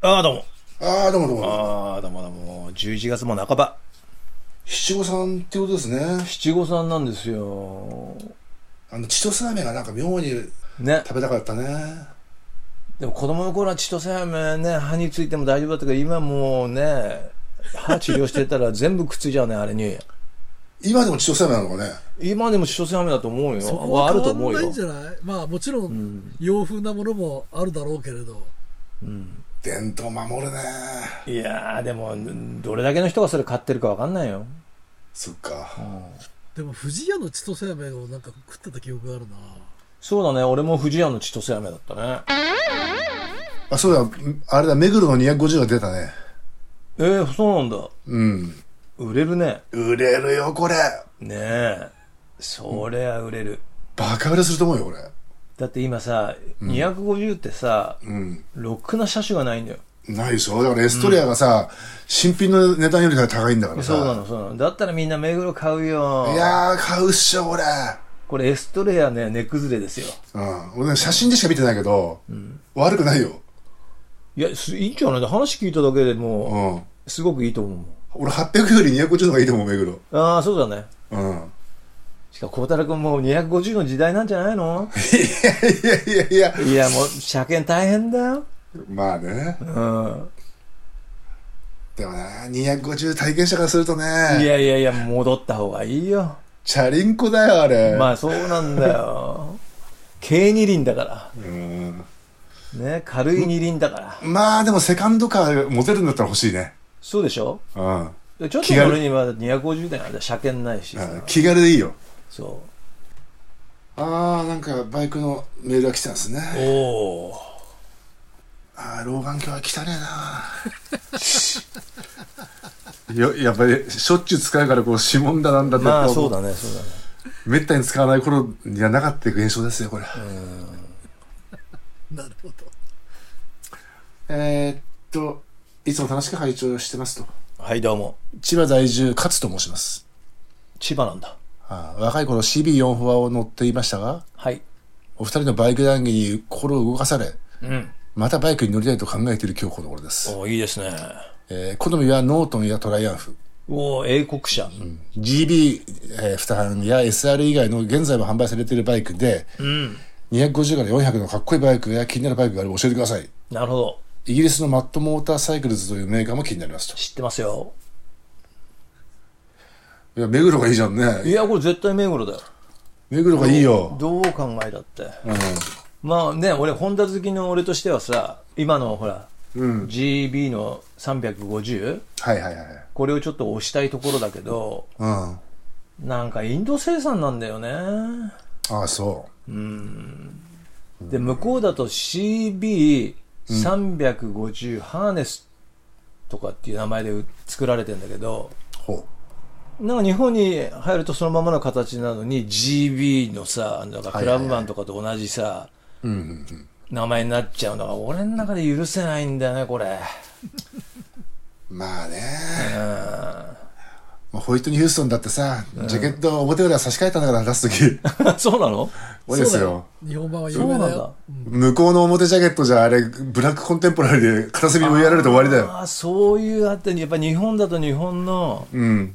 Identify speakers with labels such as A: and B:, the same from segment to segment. A: ああ、どうも。
B: ああ、どうもどうも。
A: ああ、どうもどうも。11月も半ば。
B: 七五三ってことですね。
A: 七五三なんですよ。
B: あの、千歳飴がなんか妙に
A: ね。
B: 食べたかったね。
A: でも子供の頃は千歳飴ね、歯についても大丈夫だったけど、今もうね、歯治療してた ら全部くっついちゃうね、あれに。
B: 今でも千歳飴なのかね。
A: 今でも千歳飴だと思うよ。
C: そこは
A: あると
C: 変わ
A: 思
C: ん
A: う
C: ない
A: よ
C: んじ。ゃないまあもちろ
A: うんん。
C: 洋風なものもあるだろうけれど、
A: うん。
B: 伝統守るね。
A: いやー、でも、どれだけの人がそれ買ってるかわかんないよ。
B: そっか。
C: でも藤屋の千歳飴をなんか食ってた記憶があるな
A: そうだね、俺も藤屋の千歳飴だったね。
B: あ、そうだ、あれだ、目黒の250が出たね。
A: えー、そうなんだ。
B: うん。
A: 売れるね。
B: 売れるよ、これ。
A: ねえ。そりゃ売れる。
B: バカ売れすると思うよ、これ。
A: だって今さ、250ってさ、
B: うん。
A: ロックな車種がないんだよ。
B: ないでしょだからエストリアがさ、新品の値段より高いんだからさ。
A: そうなの、そうなの。だったらみんな目黒買うよ。
B: いやー、買うっしょ、これ。
A: これエストレアね、根崩れですよ。
B: うん。俺ね、写真でしか見てないけど、悪くないよ。
A: いや、すいいんじゃない話聞いただけでも
B: うん。
A: う、すごくいいと思うもん。
B: 俺800より250の方がいいと思う、目黒。
A: ああ、そうだね。
B: うん。
A: しかも、孝太郎君もう250の時代なんじゃない の
B: いやいやいやいや。
A: いや、もう、車検大変だよ。
B: まあね。
A: うん。
B: でもな、250体験者からすると
A: い
B: ね、
A: やいやいや、戻った方がいいよ。
B: チャリンコだよ、あれ。
A: まあ、そうなんだ よ。軽二輪だか
B: うん。
A: ら。ね、軽い二輪だから。
B: まあでもセカンドカー持てるんだったら欲しいね。
A: そうでしょ
B: うん。
A: でちょっと
B: 気軽
A: 俺には250台なんだ車検ないしさ、
B: 気軽でいいよ。
A: そ
B: ああ、なんかバイクのメールが来たんです
A: う
B: ね。
A: おお
B: ああ、老眼鏡は汚ねえな。 よやっぱりしょっちゅう使うからこう指紋だなんだって
A: まあ
B: こ
A: そうだねそうだね
B: めったに使わない頃にはなかった現象ですよこれ、
C: なるほど
B: えーっといつも楽しく拝聴してますと
A: はいどうも
B: 千葉在住勝と申します
A: 千葉なんだ
B: ああ若い頃 CB4 フォアを乗っていましたが
A: はい
B: お二人のバイク談義に心を動かされ
A: うん
B: またバイクに乗りたいと考えている今日この頃です、
A: おおいいですね
B: えー好みはノートンやトライアンフ
A: おお英国車、
B: GB、えー、二班や SR 以外の現在も販売されているバイクで、250から400のかっこいいバイクや気になるバイクがあれば教えてください
A: なるほど
B: イギリスのマットモーターサイクルズというメーカーも気になりますと
A: 知ってますよ
B: いや、目黒がいいじゃん
A: い
B: ね。
A: やこれ絶対目黒だよ
B: 目黒がいいよ。
A: どう考えたって
B: う
A: まあね俺ホンダ好きの俺としてはさ今のほら
B: ん。うん。
A: GB の350
B: はいはいはい。
A: これをちょっと押したいところだけど
B: うん。あ
A: なんかインド生産なんだよね
B: あ、そ
A: で、向こうだと CB350、ハーネスとかっていう名前でう作られてんだけど、
B: う。ほ
A: なんか日本に入るとそのままの形なのに GB のさ、なんかクラブマンとかと同じさ、
B: う。うんうんうん。
A: 名前になっちゃうのが俺の中で許せないんだよね、これ。
B: まあね。
A: う
B: まあホイットニー・ヒューストンだってさ、ジャケットを表裏差し替えたんだから出すと き。
A: んそうなの
B: そうです
C: だ
B: よ。
C: 日本版は有
A: そう
C: 名
A: な
C: だ
A: ん
C: よ
A: だ。
B: 向こうの表ジャケットじゃあれ、ブラックコンテンポラリーで片隅に追いやられて終わりだよ。
A: ああ、そういうあって、やっぱ日本だと日本の
B: うん。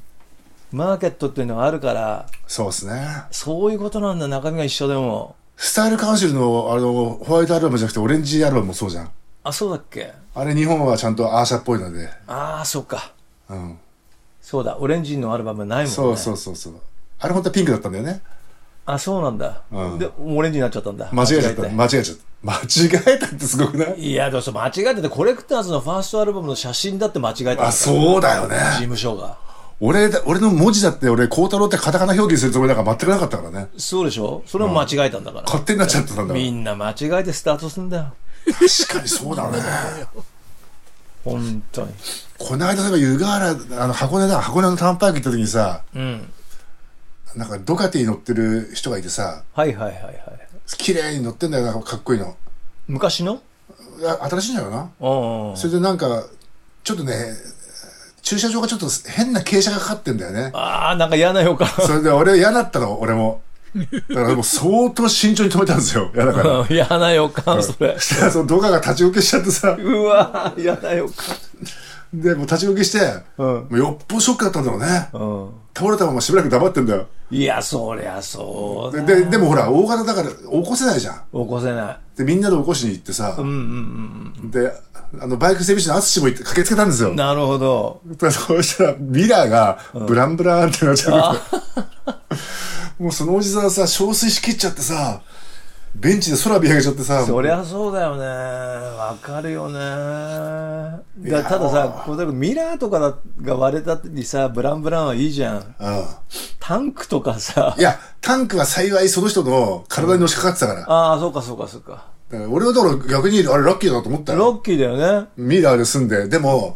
A: マーケットっていうのがあるから、
B: そうっすね。
A: そういうことなんだ、中身が一緒でも。
B: スタイルカウンシルの、あの、ホワイトアルバムじゃなくてオレンジアルバムもそうじゃん。
A: あ、そうだっけ
B: あれ日本はちゃんとアーシャっぽいので。
A: ああ、そっか。
B: うん。
A: そうだ、オレンジのアルバムないもんね。
B: そうそうそうそう。あれ本当はピンクだったんだよね。
A: あ、そうなんだ。
B: うん
A: で、オレンジになっちゃったんだ。
B: 間違えちゃった。
A: て
B: 間違えちゃった。間違えたってすごくない
A: いや、どうせ間違えてて、コレクターズのファーストアルバムの写真だって間違えたんだから
B: あ、そうだよね。
A: 事務所が。
B: 俺だ、俺の文字だって俺、孝太郎ってカタカナ表記するつもりなんか全くなかったからね。
A: そうでしょそれも間違えたんだから。
B: 勝手になっちゃってたんだから
A: みんな間違えてスタートすんだよ。
B: 確かにそうだね。
A: 本当に。
B: この間、例えば湯河原、あの、箱根だ、箱根の短パーク行った時にさ、
A: うん。
B: なんかドカティに乗ってる人がいてさ、
A: はいはいはいはい。
B: 綺麗に乗ってんだよ、なんかかっこいいの。
A: 昔の
B: あ新しいんだよな。
A: うんうん。
B: それでなんか、ちょっとね、駐車場がちょっと変な傾斜がかかってんだよね。
A: ああ、なんか嫌な予感。
B: それで俺嫌だったの、俺も。だからもう相当慎重に止めたんですよ。いやだから。
A: うん嫌な予感、それ。
B: したらその動画が立ち受けしちゃってさ、
A: うわ嫌な予感。
B: で、もう立ち受けして、もうよっぽどショックだったんだろうね。倒れたまましばらく黙ってんだよ。
A: いや、そりゃそうだ。
B: で、ででもほら、大型だから起こせないじゃん。
A: 起こせな
B: で、みんなで起こしに行ってさ、で、あの、バイク整備士の淳も行って駆けつけたんですよ
A: い。。なるほど。
B: だそうしたら、ミラーがブランブラーンってなっちゃって、 もうそのおじさんさ、憔悴しきっちゃってさ、ベンチで空見上げちゃってさ、
A: そりゃそうだよね。わかるよね。だたださ、こうだからミラーとかだが割れたりさ、ブランブランはいいじゃん。
B: うん
A: タンクとかさ
B: い。や、タンクは幸いその人の体にのしかかってたから。
A: ああ、そうかそうかそうか。
B: だから俺はだから逆に、あれラッキーだと思ったよ。
A: ロッキーだよね。
B: ミラーで住んで、でも、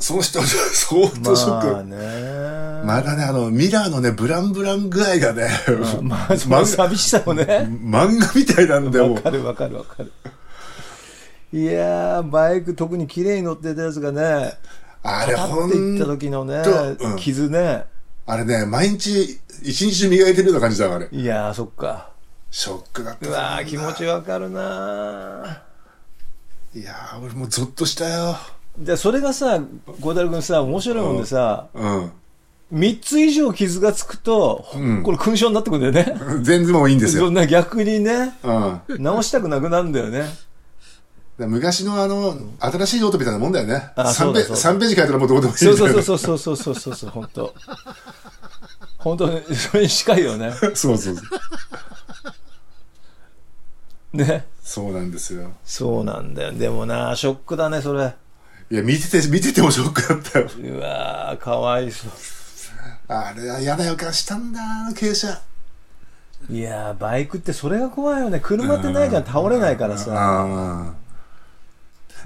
B: その人は相当ショック。
A: まあね。
B: まだね、あの、ミラーのね、ブランブラン具合がね、
A: まあ、その寂しさもね。
B: 漫画みたいなんだよ、も
A: わ
B: う
A: かるわかるわかる。いやー、バイク特に綺麗に乗ってたやつがね、
B: あれ、
A: パ
B: ほ
A: ッて行った
B: ん、
A: 時のね
B: とうん、
A: 傷ね。
B: あれね、毎日、一日中磨いてるような感じだよ、あれ。
A: いやー、そっか。
B: ショックだった
A: う
B: な。
A: わー、気持ちわかるなー。
B: いやー、俺もうゾッとしたよ。
A: でそれがさ孝太郎君さ面白いもんでさ、
B: うん。
A: 3つ以上傷がつくと、ほ
B: うん
A: これ勲章になってくるんだよね
B: 全然もういいんです
A: そ
B: よ。
A: んな逆にね
B: うん。
A: 直したくなくなるんだよね
B: 昔のあの、新しいノートみたいなもんだよね。
A: あそ
B: 3
A: う
B: ペ
A: だそ
B: ー
A: う
B: ジ、
A: だ
B: 三ページ書いたらもうどうでもいいんだ
A: そ
B: よ
A: う
B: ね
A: そうそうそうそうそうそうそう本当本当にそれに近いよね
B: そうそうそう。
A: ね
B: そうなんですよ。
A: そうなんだよでもなショックだねそれ
B: いや、見てて、見ててもショックだったよ。
A: うわーかわいそ
B: あれは嫌な予感したんだ、あの傾斜。
A: ういやーバイクってそれが怖いよね車ってないじゃん倒れないからさ
B: あ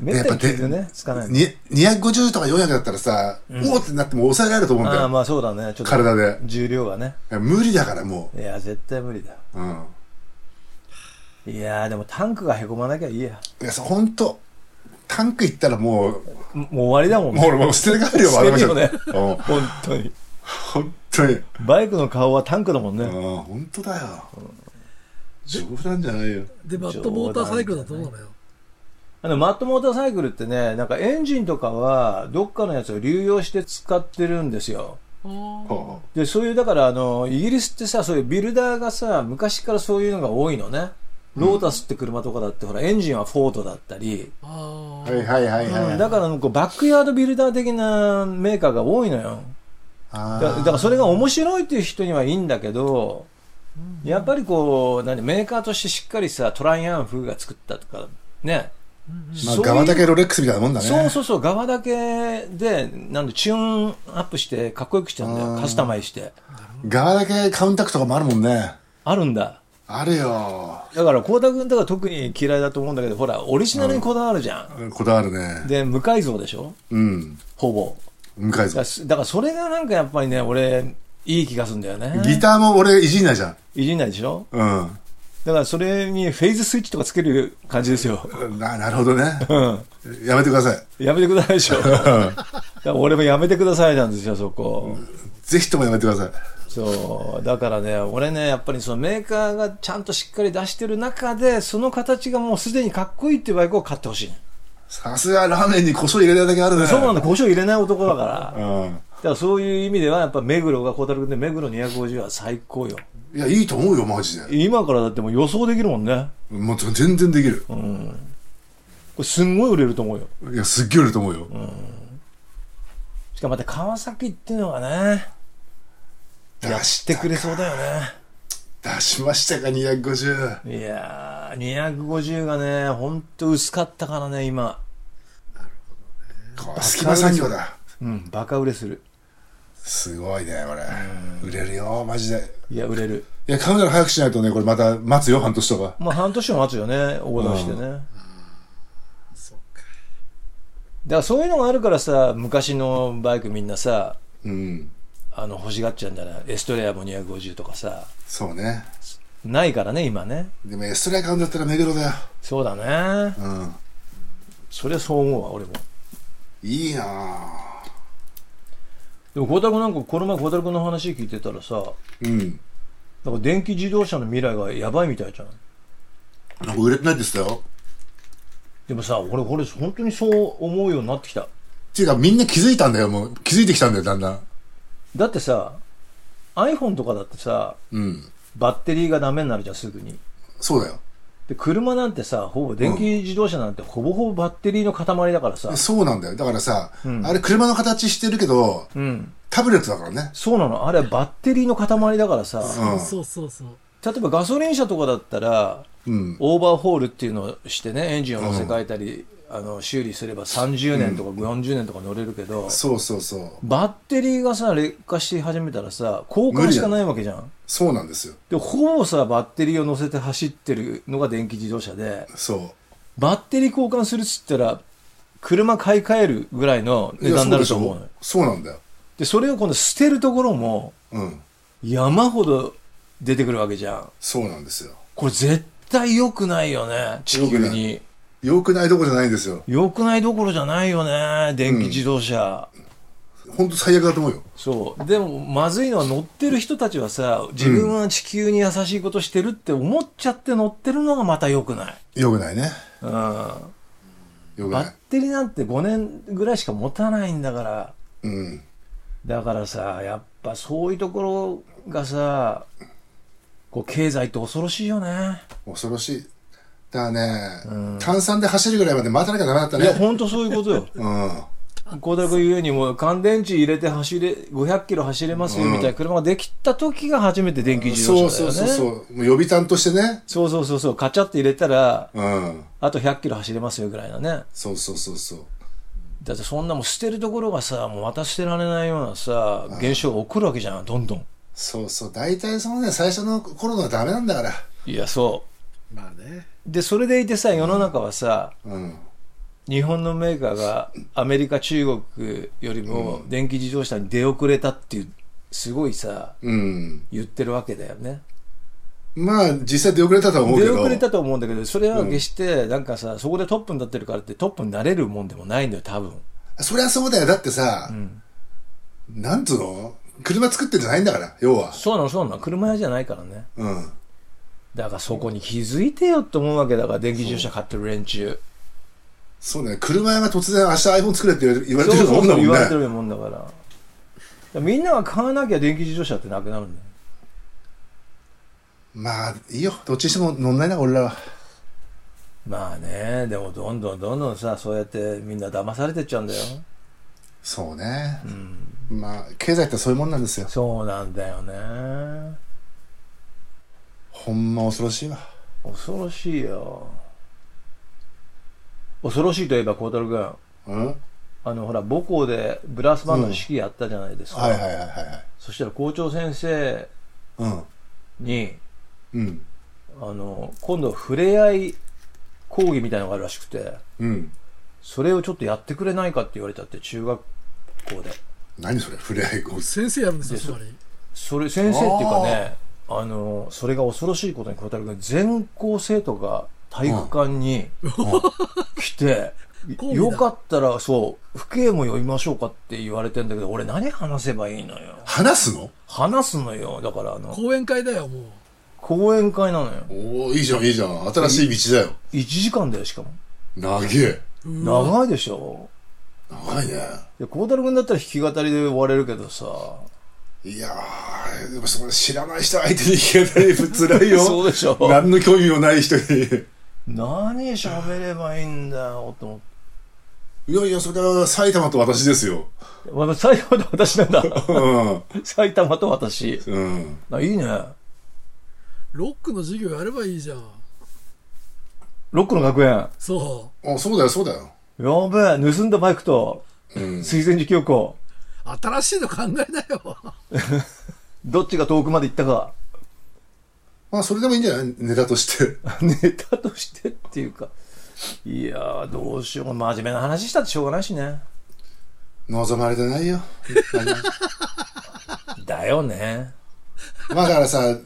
A: めったに傷ねつか
B: あ。
A: ない
B: に250とか400だったらさ、おおってなっても抑えられると思うんだ
A: ああ
B: よ。
A: まあそうだねちょっと
B: 体で。
A: 重量がね
B: いや無理だからも
A: いや絶対無理だ
B: う。うん。
A: いやーでもタンクがへこまなきゃいいや
B: いや、そうほんと、タンク行ったらもう、
A: もう終わりだもん
B: もう俺もう捨て帰る よ、
A: 捨てるよね
B: 笑いましたうん
A: 本当に
B: 本当に。
A: バイクの顔はタンクだもんね、
B: うん、本当だよ。冗談じゃないよ。
C: で、バットモーターサイクルだと思うのよ。
A: あのマットモーターサイクルってねなんかエンジンとかはどっかのやつを流用して使ってるんですよ
B: ほ
A: でそういうだからあのイギリスってさそういうビルダーがさ昔からそういうのが多いのねロータスって車とかだって、ほらエンジンはフォードだったり、
C: あ
B: う
C: ー
B: はいはいはいはい。
A: うんだからこうバックヤードビルダー的なメーカーが多いのよ
B: あー
A: だだからそれが面白いっていう人にはいいんだけど、やっぱりこう何メーカーとしてしっかりさトライアンフが作ったとかね、
B: ま
A: そ
B: あ、
A: ういう
B: 側だけロレックスみたいなもんだね。
A: そうそうそう側だけでなんでチューンアップしてかっこよくしてんだ
B: あ
A: よ
B: ー
A: カスタマイズして
B: 側だけカウンタクトとかもあるもんね。
A: あるんだ
B: あるよ。
A: だから光田君とか特に嫌いだと思うんだけどほらオリジナルにこだわるじゃん、
B: こだわるね。
A: で無改造でしょ
B: うん。
A: ほぼ
B: 向井
A: だか
B: ぞ
A: ら。すだからそれがなんかやっぱりね俺いい気がするんだよね
B: ギターも俺いじんないじゃん。
A: いじんないでしょ
B: う
A: だからそれにフェーズスイッチとかつける感じですよ
B: ん。ななるほどね。
A: うん
B: やめてください。
A: やめてくださいでしょ。だから俺もやめてくださいなんですよ、そこ。
B: ぜひともやめてください。
A: そう。だからね、俺ね、やっぱりそのメーカーがちゃんとしっかり出してる中で、その形がもうすでにかっこいいっていうバイクを買ってほしい。
B: さすがラーメンに胡椒入れただけあるね。
A: そうなんだ、胡椒入れない男だから。だ
B: うん。
A: からそういう意味では、やっぱ目黒が、小太郎君で目黒250は最高よ。
B: いや、いいと思うよ、マジで。
A: 今からだってもう予想できるもんね。
B: もう全然できる。
A: これすんごい売れると思うよ。
B: いや、すっげえ売れると思うよ。
A: しかもまた川崎っていうのがね、やってくれそうだよね。
B: 出しましたか、250。
A: いやー、250がね、ほんと薄かったからね、今。
B: こう隙間産業だ。
A: うん、バカ売れする。
B: すごいね、これ。売れるよ、マジで。
A: いや、売れる。
B: いや、買うなら早くしないとね、これまた待つよ、半年とか。
A: まあ、半年も待つよね、オーダーしてね。だか
C: そ
A: そ
C: うから
A: ういうのがあるからさ、昔のバイクみんなさ、
B: うん。
A: あの、欲しがっちゃうんじゃないエストレアも250とかさ、
B: そうね。
A: ないからね、今ね。
B: でも、エストレア買うんだったら目黒だよ。
A: そうだね。
B: うん。
A: そりゃそう思うわ、俺も。
B: いいなぁ。
A: でも、孝太郎君なんか、この前孝太郎君の話聞いてたらさ、
B: うん。
A: なんか電気自動車の未来がやばいみたいじゃん。
B: なんか売れてないですよ。
A: でもさ、俺、これ本当にそう思うようになってきた。
B: っていうか、みんな気づいたんだよ、もう。気づいてきたんだよ、だんだん。
A: だってさ、iPhone とかだってさ、
B: うん。
A: バッテリーがダメになるじゃん、すぐに。
B: そうだよ。
A: で、車なんてさ、ほぼ電気自動車なんてほぼほぼバッテリーの塊だからさ。
B: そうなんだよ。だからさ、
A: ん
B: あれ車の形してるけど、
A: うん。
B: タブレットだからね。
A: そうなの。あれはバッテリーの塊だからさ。
B: うん
C: そうそうそう。
A: 例えばガソリン車とかだったら、
B: うん。
A: オーバーホールっていうのをしてね、エンジンを乗せ替えたり、あの、修理すれば30年とか40年とか乗れるけど、
B: そうそうそう。
A: バッテリーがさ、劣化し始めたらさ、交換しかないわけじゃん。
B: そうなんですよ。
A: で、ほぼさ、バッテリーを乗せて走ってるのが電気自動車で、
B: そ
A: バッテリー交換するっつったら、車買い替えるぐらいの
B: う。
A: 値段になると
B: い
A: 思
B: や
A: うの
B: そう
A: よ
B: でしょ。そうなんだよ。
A: で、それを今度捨てるところも、
B: うん。
A: 山ほど出てくるわけじゃん。
B: そうなんですよ。
A: これ絶対良くないよね、地球
B: 良くな
A: に。
B: 良くないとこじゃないんですよ。
A: 良くないどころじゃないよね、電気自動車。
B: ほんと最悪だと思うよ。
A: そう。でも、まずいのは乗ってる人たちはさ、自分は地球に優しいことしてるって思っちゃって乗ってるのがまた良くない。
B: 良くないね。
A: うん。バ
B: 良くない
A: ッ。テリーなんて5年ぐらいしか持たないんだから。
B: うん。
A: だからさ、やっぱそういうところがさ、こう経済って恐ろしいよね。
B: 恐ろしい。だからね、炭酸で走るぐらいまで待たなきゃダメだった
A: いや、
B: ね。
A: ほんとそういうこと よ。
B: うん。
A: 光田君言うようにもう乾電池入れて走れ、500キロ走れますよみたいな車ができた時が初めて電気自
B: そ
A: 動
B: う
A: 車だ
B: そ
A: よ
B: う
A: ね。
B: そうそう。もう予備炭としてね。
A: そうそうそうそう、カチャって入れたら、
B: うん。
A: あと100キロ走れますよぐらいのね。
B: そうそうそうそう。
A: だってそんなもん捨てるところがさ、もうまた捨てられないようなさ、現象が起こるわけじゃん、どんどん。
B: そうそう。大体そのね、最初の頃のはダメなんだから。
A: いや、そ
C: まあね。
A: う。で、それでいてさ、世の中はさ、
B: うん。
A: 日本のメーカーがアメリカ、中国よりも電気自動車に出遅れたっていう、すごいさ、
B: うん。
A: 言ってるわけだよね。
B: まあ、実際出遅れたとは思うけ
A: 出
B: ど。
A: 遅れたと思うんだけど、それは決して、なんかさ、そこでトップになってるからってトップになれるもんでもないんだよ、多分。
B: そりゃそうだよ。だってさ、なんつうの車作ってんじゃないんだから、要は。
A: そうなの、そうなの。車屋じゃないからね。
B: うん。
A: だからそこに気づいてよって思うわけだから、電気自動車買ってる連中。
B: そうだね。車屋が突然明日 iPhone 作れって言われて言われ
A: そう
B: てる
A: そう
B: ようなもんだもん
A: 言
B: ね。
A: われてるもんだから。だからみんなが買わなきゃ電気自動車ってなくなるんだよ。
B: まあ、いいよ。どっちにしても乗んないな、俺らは。
A: まあね、でもどんどんどんどんさ、そうやってみんな騙されてっちゃうんだよ。
B: そうね。まあ、経済ってそういうもんなんですよ。
A: そうなんだよね。
B: ほんま恐ろしいわ。
A: 恐ろしいよ。恐ろしいといえば、孝太郎君。
B: うんはい
A: あのほら母校でブラスバンドの式やったじゃないですか、
B: はいはいはいはい。
A: そしたら校長先生
B: うん。
A: に
B: うん。
A: あの今度触れ合い講義みたいなのがあるらしくて
B: うん。
A: それをちょっとやってくれないかって言われたって中学校で
B: 何それ触れ合い講座。
C: 先生やるんですよ、
A: で
C: つ
A: す
C: まり。
A: それ先生っていうかねあのそれが恐ろしいことに小太郎君全校生徒が体育館に来 て、
C: 講義だ
A: よかったらそう父兄も読みましょうかって言われてんだけど俺何話せばいいのよ
B: 話すの
A: 話すのよだからあの
C: 講演会だよ、もう。
A: 講演会なのよ
B: おおいいじゃん、いいじゃん。新しい道だよ。
A: 1時間だよしかも
B: 長え。
C: うわ
A: 長いでしょ
B: 長いね。
A: で孝太郎君だったら弾き語りで終われるけどさ
B: いやー、でもそれ知らない人相手に聞けないつらい よ。
A: そうでしょ
B: 何の興味もない人に。
A: 何喋ればいいんだよと思って
B: いやいや、それは埼玉と私ですよ。
A: まだ埼玉と私なんだ
B: うん。
A: 埼玉と私
B: うん。
A: あいいね
C: ロックの授業やればいいじゃん。
A: ロックの学園や
C: そ
B: あ、そうだよ、そうだよ。
A: べえ盗んだバイクと
B: うん。
A: 水前寺清子
C: う。新しいの考えなよ。
A: どっちが遠くまで行ったか
B: まあ、それでもいいんじゃないネタと して。
A: ネタとしてっていうかいやーどうしよう真面目な話したってしょうがないしね
B: 望まれてないよ。
A: だよね
B: まあ、だからさ、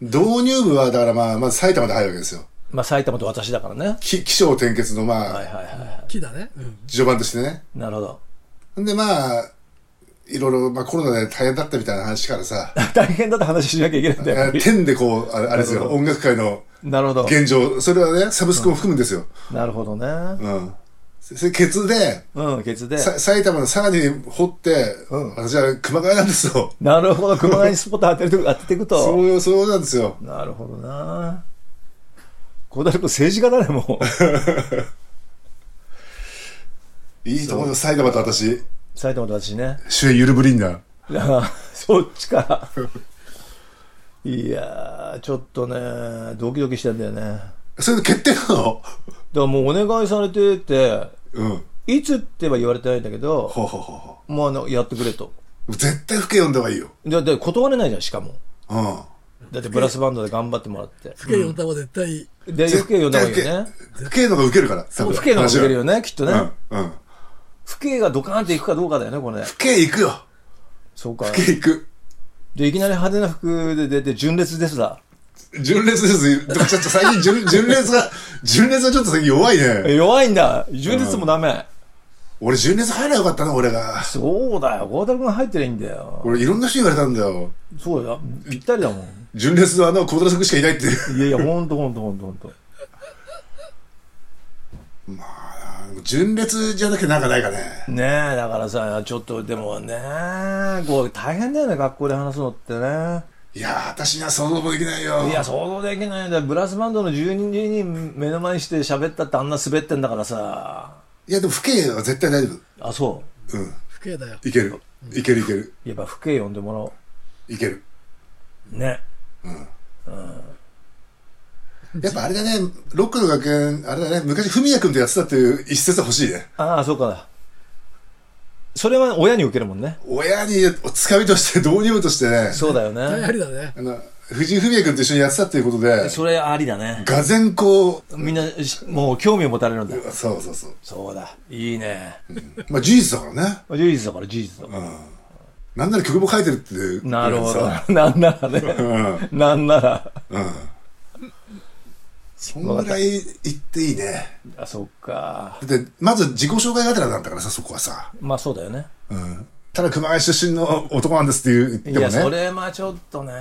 B: 導入部は、だからまあ、まず埼玉で入るわけですよ。
A: まあ埼玉と私だからね
B: き起承転結の、まあ、
A: はいはいはいは
C: 木だね。うん。
B: 序盤としてね。
A: いなるほど
B: で、まあ、いろいろ、まあコロナで大変だったみたいな話からさ、
A: 大変だって話しなきゃいけないんだよやっぱり。
B: 天でこう、あれあれですよ、音楽界の
A: なるほど。
B: 現状、それはね、サブスクも含むんですよ。
A: なるほどね。
B: うん。そそれ、ケツで、
A: うん、ケツで。
B: さ埼玉のさらに掘って、私は熊谷なんですよ。
A: なるほど、熊谷にスポット当てると当てていくと。
B: そう、そうなんですよ。
A: なるほどな。小田君政治家だね、も う。
B: いいと思います、埼玉と私。
A: 埼玉と私ね。
B: 主演ゆるぶりんな。
A: ああ そっちか。いやー、ちょっとね、ドキドキしてんだよね。だか
B: それ決定なの
A: らもうお願いされてて、
B: うん。
A: いつっては言われてないんだけど、
B: ほうほうほうほ
A: もうあの、やってくれと。
B: う。絶対吹け読んだ方がいいよ。
A: だって断れないじゃん、しかも。
B: うん。
A: だってブラスバンドで頑張ってもらって。
C: 不景4段は絶対、
A: で、
B: 絶
A: 吹け
B: 対
A: 呼んだ方がいいよね。
B: 吹けのが受けるから。多
A: そう、
B: 分
A: 吹けの方が受けるよね、きっとね。
B: 話はうん。うん。
A: 吹けがドカーンっていくかどうかだよね、これ。
B: 吹け行くよ。
A: そうか。
B: 吹け行く。
A: で、いきなり派手な服で出て、純烈ですだ。
B: 純烈です。でもちょっと最近純、 純烈が、純烈がちょっと最近弱いね。
A: え弱いんだ純烈もダメ。
B: 俺純烈入らよかったな、俺が。
A: そうだよ、孝太郎君入ってりゃいいんだよ。
B: 俺いろんな人に言われたんだよ。
A: そうだよ、ぴったりだもん。
B: 純烈のあの小田君しかいないって。
A: いやいや、ほんとほんとほんとほんと。
B: 純烈じゃなきゃなんかないかね。
A: ねえ、だからさ、ちょっとでもね、こう大変だよね、学校で話すのってね。
B: いやー、私には想像もできないよ。
A: いや、想像できないんだよ。ブラスバンドの12人目の前にして喋ったってあんな滑ってんだからさ。
B: いやでも吹けは絶対大丈
A: あ、そ
B: 夫。うん。
C: 不景だよ。
B: いける。いけるいける。
A: う。やっぱ、父兄呼んでもらお
B: いける。
A: う。ね。
B: やっぱあれだね、ロックの学園、あれだね、昔、文也君とやってたっていう一節欲しいね。
A: ああ、そうか。それは親に受けるもんね。
B: 親に、つかみとして、導入部としてね、
A: そうだよ
C: 大
A: ね。
C: 変だね。
B: あの、藤井文也君と一緒にやってたっていうこと で、
A: それありだね。
B: がぜんこ
A: みんな、しもう興味を持たれるんだ。
B: う、そうそうそう。
A: そうだ。いいね。
B: まあ事実だからね。
A: 事実だから、事実だから。
B: なんなら曲も書いてるっていう。
A: なるほど
B: さ。
A: なんなら
B: う
A: ね。
B: ん。
A: なんなら。
B: そんぐらい言っていいね。
A: あ、そっか。
B: だって、まず自己紹介がてらなんだからさ、そこはさ。
A: まあそうだよね。
B: うん。ただ熊谷出身の男なんですっていう
A: い
B: 言
A: や、
B: っても
A: そ
B: ね。
A: れまあちょっとね。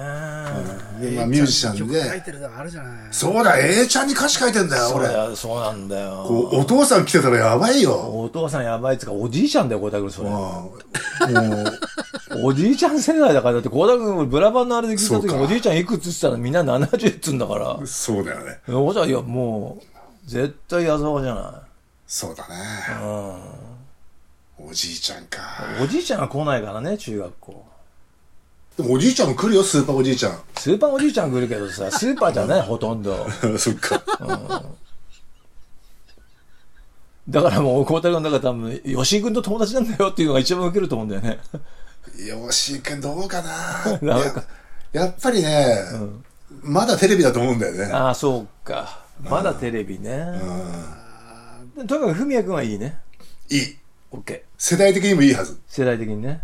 B: でまあミュージシャン
C: 曲書い
B: で。
C: てるのあるじゃない。
B: そうだ、A ちゃんに歌詞書いてんだよ、
A: そう
B: 俺
A: だ。よ、そうなんだよ。
B: こうお父さん来てたらやばいよ。
A: お父さんやばいっつうか、おじいちゃんだよ、孝太君、それ
B: う。んもう、
A: おじいちゃん世代だから、だって孝太君、ブラバンのあれで聞いた時
B: そうか
A: おじいちゃんいくつっつったらみんな70っつうんだから。
B: そうだよね。
A: おじゃいや、もう、絶対矢沢じゃな
B: そうだね。おじいちゃんか。
A: い。おじいちゃんが来ないからね、中学校。
B: でもおじいちゃんも来るよ、スーパーおじいちゃ ん。
A: スーパーおじいちゃん来るけどさ、スーパーじゃない、ほとんど。
B: そっか。
A: だからもう、孝太君の中多分、吉井君と友達なんだよっていうのが一番ウケると思うんだよね。
B: よしくんどうかな
A: ダメ
B: いややっぱりね、まだテレビだと思うんだよね。
A: ああ、そうか。まだテレビね。でとにかく、文也君はいいね。
B: いい。
A: OK。
B: 世代的にもいいはず。
A: 世代的にね。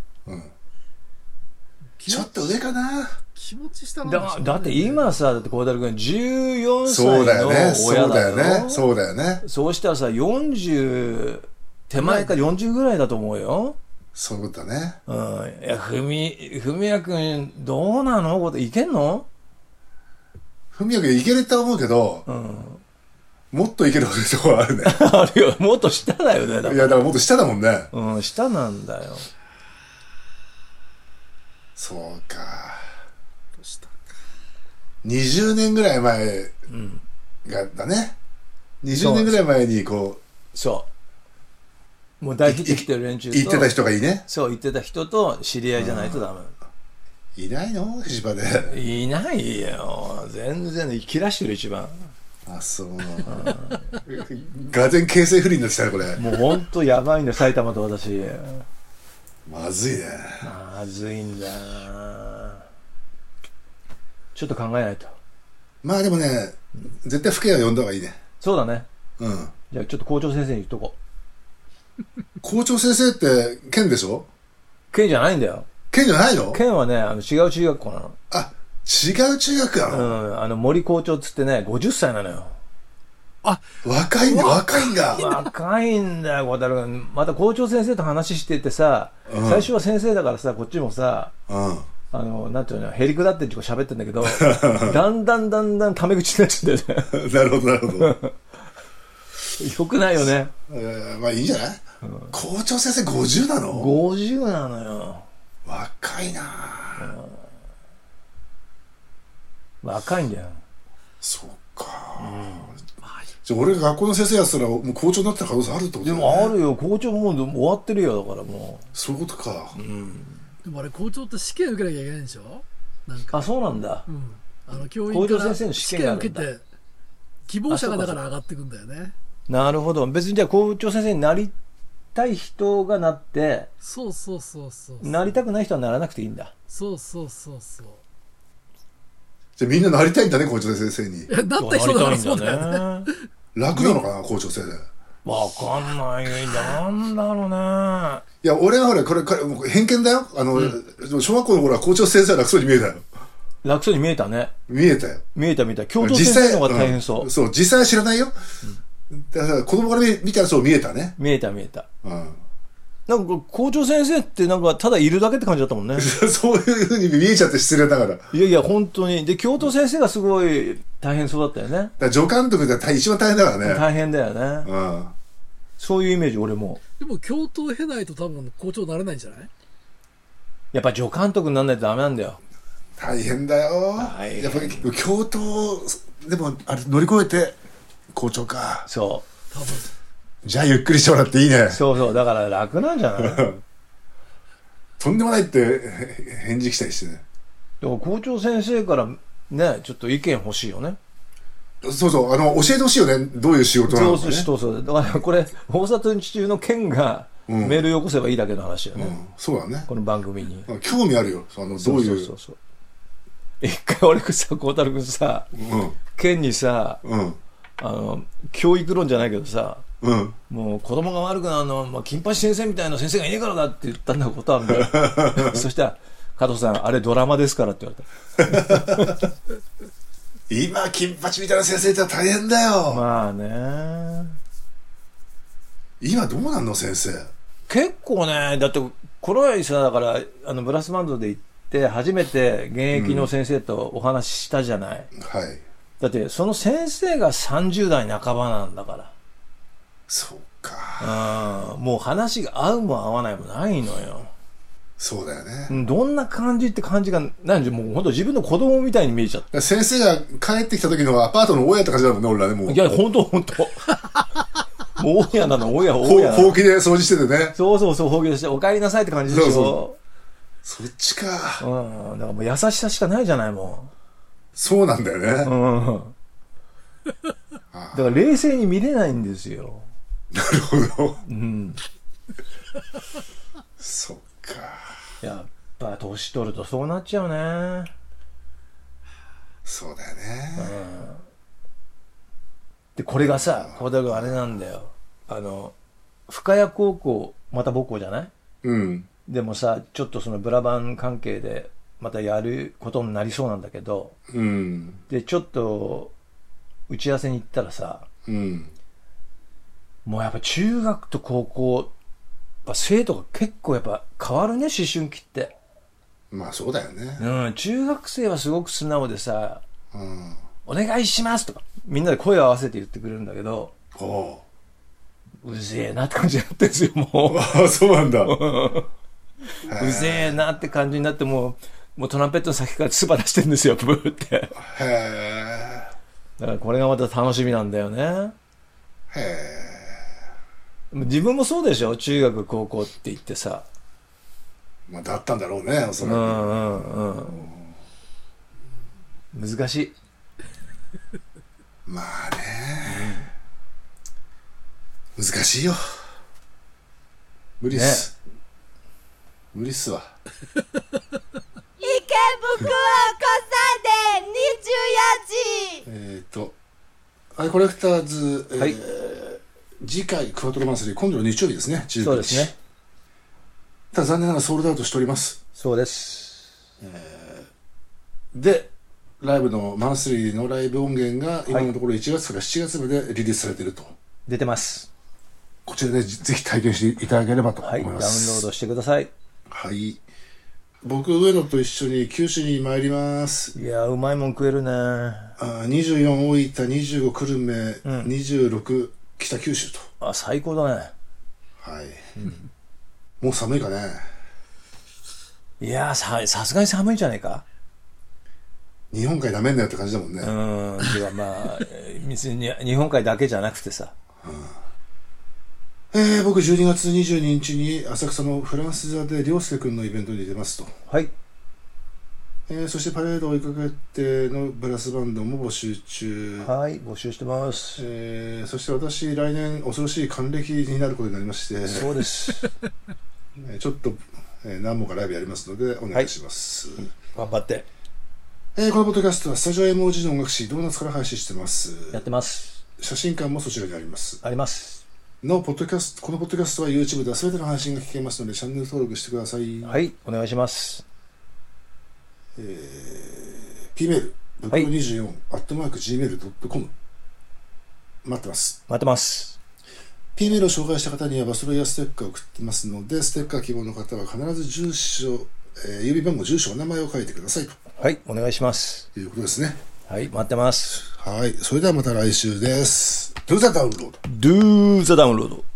B: ちょっと上かな
C: 気持ち下なん
A: だ
C: しょ
A: だって今さ、だって孝太郎君14歳の
B: そうだよね。そう
A: 親
B: だ
A: だよ
B: よね。そうだよね。
A: そうしたらさ、40手前か40ぐらいだと思うよ。
B: そうだね。
A: うん。いや、ふみ、ふみやくん、どうなのこれいけんの
B: ふみやくんいけると思うけど、もっといけるとこはある ね。
A: あるよ。もっと下だよね。だか
B: い
A: ら
B: や、だからもっと下だもんね。
A: うん、下なんだよ。
B: そうか。
C: 下
B: 20年ぐらい前が、だね。20年ぐらい前にこ
A: そう。もう大ヒット来てる連中
B: う、
A: と。
B: 行ってた人がいいね。
A: そう、言ってた人と知り合いじゃないとダメ。
B: いないの藤場で。
A: いないよ。全然、生きらしてる一番。
B: あ、そう。 がぜん形成不利になってきたね、これ。
A: もうほんとやばいんだよ、埼玉と私。
B: まずいね。
A: まずいんだなちょっと考えないと。
B: まあでもね、絶対不景は呼んだ方がいいね。
A: そうだね。
B: うん。
A: じゃあちょっと校長先生に言っとこ
B: 校長先生って、県でしょ
A: う。県じゃないんだよ。
B: 県じゃないの
A: 県はね、あの違う中学校なの。
B: あ、違う中学な
A: う
B: の、
A: ん、あの森校長っつってね、50歳なのよ。
C: あ、
B: 若いんだ、若いんだ。
A: 若いんだよ、小太郎君。また校長先生と話しててさ、
B: うん
A: 最初は先生だからさ、こっちもさ、
B: うん。
A: あの、なんていうの、へりくだって自己喋ってんだ けど、だんだんだんだんタメ口になっちゃ ってね。
B: なるほど、なるほど。
A: よくないよね。
B: えーまあいいんじゃない、校長先生50なの
A: 50なのよ。
B: 若いな
A: 若いんだよ。
B: そっか、じゃあ俺が学校の先生やってたらもう校長になってた可能性あるってこと
A: で
B: だね
A: もあるよ、校長もう終わってるよ、だからもう。
B: そういうことか、
C: でもあれ校長って試験受けなきゃいけないんでしょなんか、
A: あ、そうなんだ
C: う。ん。あの、教員
A: 校
C: か
A: 長先
C: ら
A: 生の
C: 試
A: 試験が
C: 験
A: ある
C: 受
A: ん
C: け
A: だ
C: て、希望者がだから上がっていくんだよね。
A: なるほど。別にじゃあ校長先生になりたい人がなって、
C: そうそうそうそう。
A: なりたくない人はならなくていいんだ。
C: そうそうそうそう。
B: じゃあみんななりたいんだね校長先生に
C: いや、なった人だからそうだよね。
A: よね。
B: 楽なのかな、校長先生
A: わかんない。なんだろうね。
B: いや俺はほらこれこれもう偏見だよあの、でも小学校の頃は校長先生は楽そうに見えたよ
A: 楽そうに見えたね。
B: 見えたよ
A: 見えた見えた。教頭先生の方が大変そう。
B: んそう実際は知らないよ、だから子供から見見たらそう見えたね
A: 見えた見えた。
B: うん
A: なんか校長先生ってなんかただいるだけって感じだったもん ね。
B: そういうふうに見えちゃって失礼ながら。だか
A: いやいや、本当に。で、教頭先生がすごい大変そうだったよね。
B: ら助監督が大一番大変だからね。
A: 大変だよね。
B: うん。
A: そういうイメージ俺も。
C: でも教頭を経ないと多分校長になれないんじゃない
A: やっぱ助監督にならないとダメなんだよ。
B: 大変だよ。
A: 大変
B: やっぱり、教頭、でも、あれ乗り越えて、校長か。
A: そ
C: 多分。
B: じゃあゆっくりしてもらっていいね
A: う。。そうそう。だから楽なんじゃないで
B: とんでもないってへ返事来たりしてね。
A: も校長先生からね、ちょっと意見欲しいよね。
B: そうそう、あの、教えてほしいよね。どういう仕事な
A: そ
B: の
A: う
B: か
A: そ
B: ね。
A: うそうそう。だからこれ、大里中の県がメールよこせばいいだけの話だよね。
B: うん、そうだね。
A: この番組に。
B: 興味あるよ。あの、どういう。
A: そうそうそうそう。一回俺くさ、孝太郎くんさ、
B: うん。
A: 県にさ、
B: うん。
A: あの、教育論じゃないけどさ、
B: うん。
A: もう子供が悪くなるのは、まあ、金八先生みたいな先生がいねえからだって言ったんだことあるんだよ。 そしたら、加藤さん、あれドラマですからって言われた。
B: 今、金八みたいな先生ってのは大変だよ。
A: まあね。
B: 今どうなんの先生。
A: 結構ね、だって、この間さ、だから、あの、ブラスバンドで行って、初めて現役の先生とお話ししたじゃない。
B: はい。
A: だって、その先生が30代半ばなんだから。
B: そうか。
A: うんもう話が合うも合わないもないのよ。
B: そうだよね。
A: うんどんな感じって感じが、なんじゃ、もう本当自分の子供みたいに見えちゃっ
B: だから先生が帰ってきた時のアパートの大家って感じだもんね、俺らね、も
A: た。
B: う。
A: いや、本当本当もう親なの、親、
B: ほう
A: 親な
B: ほう
A: の。
B: きで掃除しててね。
A: そうそうそう、放棄して、お帰りなさいって感じでしょ。
B: そうそっちか。
A: うん。だからもう優しさしかないじゃない、も
B: そうなんだよ
A: う。
B: ね。
A: うん。だから冷静に見れないんですよ。
B: なるほど。
A: うん。
B: そっか。
A: やっぱ、年取るとそうなっちゃうね。
B: そうだよね。
A: で、これがさ、小田君あれなんだよ。あの、深谷高校、また母校じゃない
B: うん。
A: でもさ、ちょっとそのブラバン関係で、またやることになりそうなんだけど、
B: うん。
A: で、ちょっと、打ち合わせに行ったらさ、
B: うん。
A: もうやっぱ中学と高校、やっぱ生徒が結構やっぱ変わるね、思春期って。
B: まあそうだよね。
A: うん、中学生はすごく素直でさ、
B: うん。
A: お願いしますとか、みんなで声を合わせて言ってくれるんだけど、
B: おう
A: うぜえなって感じになってるんですよ、もう。
B: ああ、そうなんだ。
A: うぜえなって感じになって、もう、もうトランペットの先から唾出してるんですよ、ブーって。
B: へえ。
A: だからこれがまた楽しみなんだよね。
B: へえ。
A: 自分もそうでしょ中学、高校って言ってさ。
B: まあだったんだろうね、おそうらく。
A: んうんうん。難しい。
B: まあね。難しいよ。無理っす。無理っすわ。
D: 池袋交差点24時
B: えっ、ー、と、アイコレクターズ、えー
A: はい
B: 次回、クワトロマンスリー、今度の日曜日ですね、19日
A: そうですね。
B: ただ残念ながらソールドアウトしております。
A: そうです。
B: で、ライブのマンスリーのライブ音源が今のところ1月から7月までリリースされていると、
A: 出てます。
B: こちらでぜひ体験していただければと思
A: はいい、ダウンロ
B: ま
A: ー
B: す、
A: ドしてください。
B: はい僕上野と一緒に九州に参ります
A: いやー、うまいもん食えるね。
B: あー24大分25久留米、26北九州と
A: あ、最高だね。
B: はい、もう寒いかね
A: いやー、さ、さすがに寒いんじゃないか
B: 日本海なめんなよって感じだもんね、
A: うーん、ではまあ、えー別に日本海だけじゃなくてさ。
B: えー、僕12月22日に浅草のフランス座で涼介君のイベントに出ますと、
A: はい。
B: えーそしてパレードを追いかけてのブラスバンドも募集中、
A: はい、募集してます。
B: えーそして私来年恐ろしい還暦になることになりまして
A: そうです。
B: えーちょっと、えー何本かライブやりますのでお願いします、
A: 頑張って。
B: えーこのポッドキャストはスタジオ MOG の音楽誌ドーナツから配信してます
A: やってます。
B: 写真館もそちらにあります
A: あります。
B: なおポッドキャストこのポッドキャストは YouTube では全ての配信が聞けますのでチャンネル登録してください、
A: はい、お願いします。
B: P メール、ブック24、アットマーク Gmail.com。待ってます。
A: 待ってます。
B: P メールを紹介した方にはバスロイヤーステッカーを送ってますので、ステッカー希望の方は必ず住所、えー郵便番号、住所、お名前を書いてください
A: はい、お願いします。
B: ということですね。
A: はい、待ってます。
B: はい。それではまた来週です。Do the download!
A: Do the download.